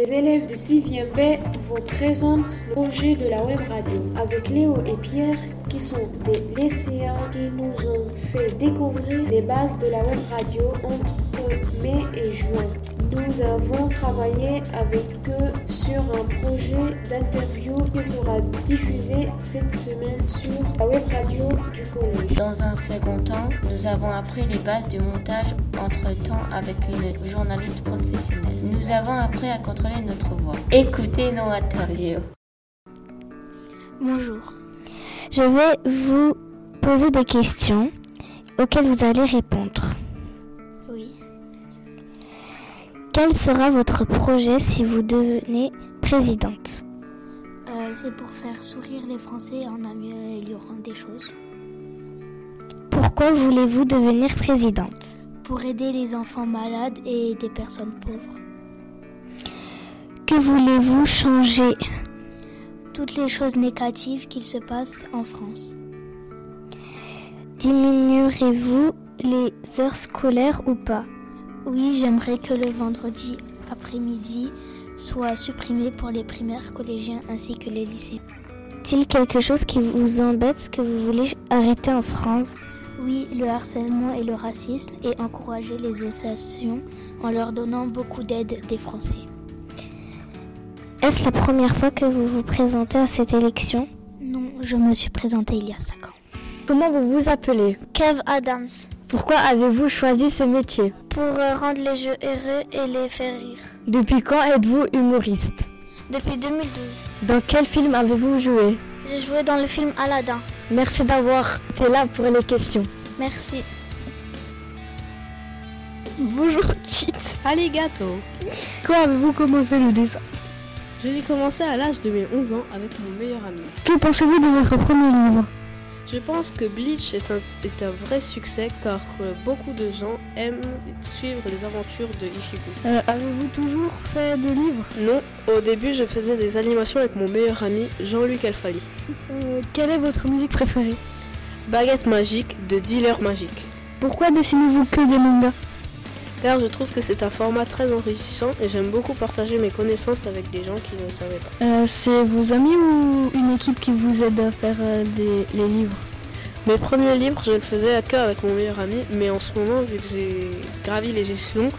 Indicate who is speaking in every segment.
Speaker 1: Les élèves de 6e B vous présentent le projet de la web radio avec Léo et Pierre qui sont des lycéens qui nous ont fait découvrir les bases de la web radio entre mai et juin. Nous avons travaillé avec eux sur un projet d'interview qui sera diffusé cette semaine sur la web radio du collège.
Speaker 2: Dans un second temps, nous avons appris les bases du montage entre-temps avec une journaliste professionnelle. Nous avons appris à contrôler notre voix. Écoutez nos interviews.
Speaker 3: Bonjour. Je vais vous poser des questions auxquelles vous allez répondre.
Speaker 4: Oui.
Speaker 3: Quel sera votre projet si vous devenez présidente
Speaker 4: Euh, c'est pour faire sourire les Français en améliorant des choses.
Speaker 3: Pourquoi voulez-vous devenir présidente
Speaker 4: Pour aider les enfants malades et des personnes pauvres.
Speaker 3: Que voulez-vous changer
Speaker 4: Toutes les choses négatives qu'il se passe en France.
Speaker 3: Diminuerez-vous les heures scolaires ou pas
Speaker 4: Oui, j'aimerais que le vendredi après-midi soit supprimé pour les primaires, collégiens ainsi que les lycées.
Speaker 3: Est-il quelque chose qui vous embête que vous voulez Euh, arrêter en France
Speaker 4: Oui, le harcèlement et le racisme et encourager les associations en leur donnant beaucoup d'aide des Français.
Speaker 3: Est-ce la première fois que vous vous présentez à cette élection
Speaker 4: Non, je me suis présentée il y a 5 ans.
Speaker 5: Comment vous vous appelez
Speaker 6: Kev Adams,
Speaker 5: Pourquoi avez-vous choisi ce métier
Speaker 6: pour euh, rendre les jeux heureux et les faire rire.
Speaker 5: Depuis quand êtes-vous humoriste
Speaker 6: Depuis 2012,
Speaker 5: Dans quel film avez-vous joué
Speaker 6: j'ai joué dans le film Aladdin.
Speaker 5: Merci d'avoir été là pour les questions.
Speaker 6: Merci.
Speaker 7: Bonjour Cheats Allez gâteau
Speaker 5: Quand avez-vous commencé le dessin
Speaker 7: Je l'ai commencé à l'âge de mes 11 ans avec mon meilleur ami.
Speaker 5: Que pensez-vous de votre premier livre
Speaker 7: Je pense que Bleach est un, est un vrai succès car euh, beaucoup de gens aiment suivre les aventures de Ichigo.
Speaker 5: Euh, Avez-vous toujours fait des livres
Speaker 7: Non, au début je faisais des animations avec mon meilleur ami Jean-Luc Alfali.
Speaker 5: Euh, Quelle est votre musique préférée
Speaker 7: Baguette magique de Dealer Magique.
Speaker 5: Pourquoi dessinez-vous que des mangas
Speaker 7: Car je trouve que c'est un format très enrichissant et j'aime beaucoup partager mes connaissances avec des gens qui ne le savaient pas.
Speaker 5: Euh, C'est vos amis ou une équipe qui vous aide à faire euh, les livres
Speaker 7: Mes premiers livres, je le faisais à cœur avec mon meilleur ami, mais en ce moment, vu que j'ai gravi les gestions,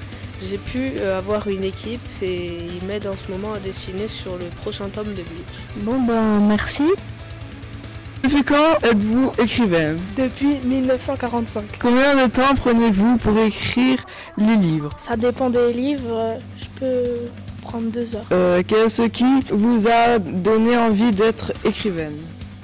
Speaker 7: j'ai pu euh, avoir une équipe et ils m'aident en ce moment à dessiner sur le prochain tome de Bleach.
Speaker 5: Bon ben merci.
Speaker 8: Depuis quand êtes-vous écrivain
Speaker 9: Depuis 1945.
Speaker 8: Combien de temps prenez-vous pour écrire les livres
Speaker 9: Ça dépend des livres, je peux prendre deux heures.
Speaker 8: euh, Qu'est-ce qui vous a donné envie d'être écrivaine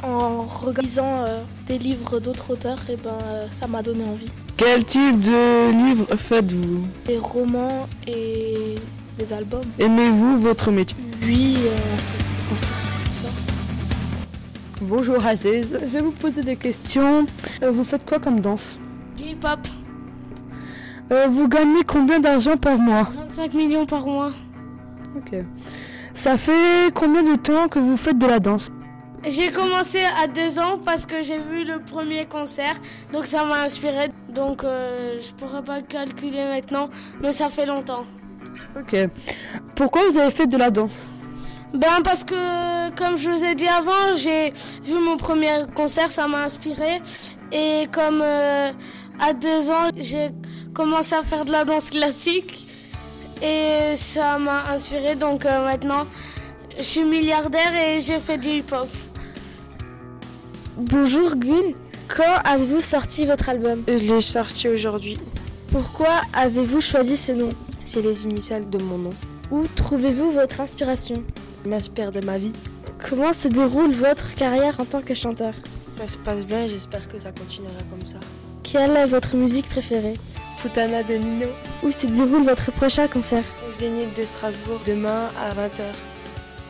Speaker 9: En regardant euh, des livres d'autres auteurs, et ben, euh, ça m'a donné envie.
Speaker 8: Quel type de livre faites-vous
Speaker 9: Des romans et des albums.
Speaker 8: Aimez-vous votre métier
Speaker 9: Oui, euh, en cer- en certaines sortes.
Speaker 10: Bonjour Aziz. Je vais vous poser des questions. Euh, vous faites quoi comme danse
Speaker 11: Du hip-hop,
Speaker 10: Euh, Vous gagnez combien d'argent par mois
Speaker 11: 25 millions par mois.
Speaker 10: Ok. Ça fait combien de temps que vous faites de la danse
Speaker 11: J'ai commencé à deux ans parce que j'ai vu le premier concert, donc ça m'a inspiré. Donc euh, je pourrais pas calculer maintenant, mais ça fait longtemps.
Speaker 10: Ok. Pourquoi vous avez fait de la danse
Speaker 11: Ben parce que, comme je vous ai dit avant, j'ai vu mon premier concert, ça m'a inspiré. Et comme euh, à deux ans, j'ai commencé à faire de la danse classique. Et ça m'a inspiré, donc euh, maintenant, je suis milliardaire et j'ai fait du hip-hop.
Speaker 9: Bonjour Gun, quand avez-vous sorti votre album
Speaker 12: Je l'ai sorti aujourd'hui.
Speaker 9: Pourquoi avez-vous choisi ce nom
Speaker 12: C'est les initiales de mon nom.
Speaker 9: Où trouvez-vous votre inspiration
Speaker 12: Je m'inspire de ma vie.
Speaker 9: Comment se déroule votre carrière en tant que chanteur
Speaker 12: Ça se passe bien et j'espère que ça continuera comme ça.
Speaker 9: Quelle est votre musique préférée
Speaker 12: Putana de Nino.
Speaker 9: Où se déroule votre prochain concert
Speaker 12: Au Zénith de Strasbourg, demain à 20h.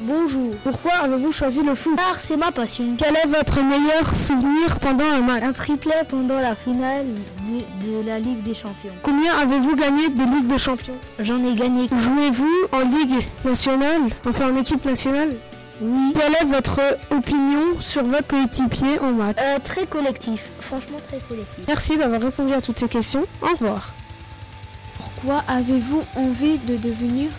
Speaker 10: Bonjour. Pourquoi avez-vous choisi le foot
Speaker 4: Car c'est ma passion.
Speaker 10: Quel est votre meilleur souvenir pendant un match
Speaker 5: Un triplet pendant la finale de, la Ligue des Champions. Combien avez-vous gagné de Ligue des Champions J'en ai gagné. Jouez-vous en Ligue nationale Enfin en équipe nationale Oui. Quelle est votre opinion sur votre coéquipier en match
Speaker 4: très collectif, franchement très collectif.
Speaker 10: Merci d'avoir répondu à toutes ces questions. Au revoir.
Speaker 9: Pourquoi avez-vous envie de devenir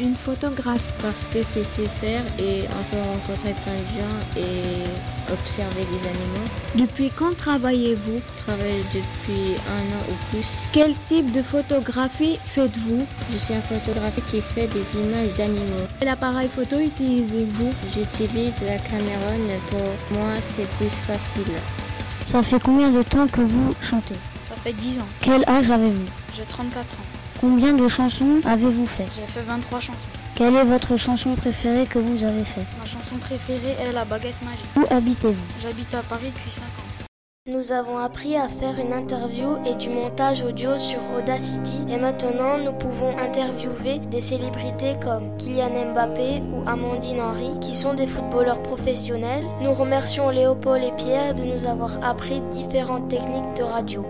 Speaker 1: une photographe
Speaker 13: Parce que c'est super et on peut rencontrer plein de gens et observer les animaux.
Speaker 1: Depuis quand travaillez-vous
Speaker 13: Je travaille depuis un an ou plus.
Speaker 1: Quel type de photographie faites-vous
Speaker 13: Je suis un photographe qui fait des images d'animaux.
Speaker 1: Quel appareil photo utilisez-vous
Speaker 13: J'utilise la caméra, mais pour moi c'est plus facile.
Speaker 3: Ça fait combien de temps que vous chantez
Speaker 11: Ça fait 10 ans.
Speaker 3: Quel âge avez-vous
Speaker 11: J'ai 34 ans.
Speaker 3: Combien de chansons avez-vous fait
Speaker 11: J'ai fait 23 chansons.
Speaker 3: Quelle est votre chanson préférée que vous avez faite
Speaker 11: Ma chanson préférée est La baguette magique.
Speaker 3: Où habitez-vous
Speaker 11: J'habite à Paris depuis 5 ans.
Speaker 4: Nous avons appris à faire une interview et du montage audio sur Audacity et maintenant nous pouvons interviewer des célébrités comme Kylian Mbappé ou Amandine Henry qui sont des footballeurs professionnels. Nous remercions Léopold et Pierre de nous avoir appris différentes techniques de radio.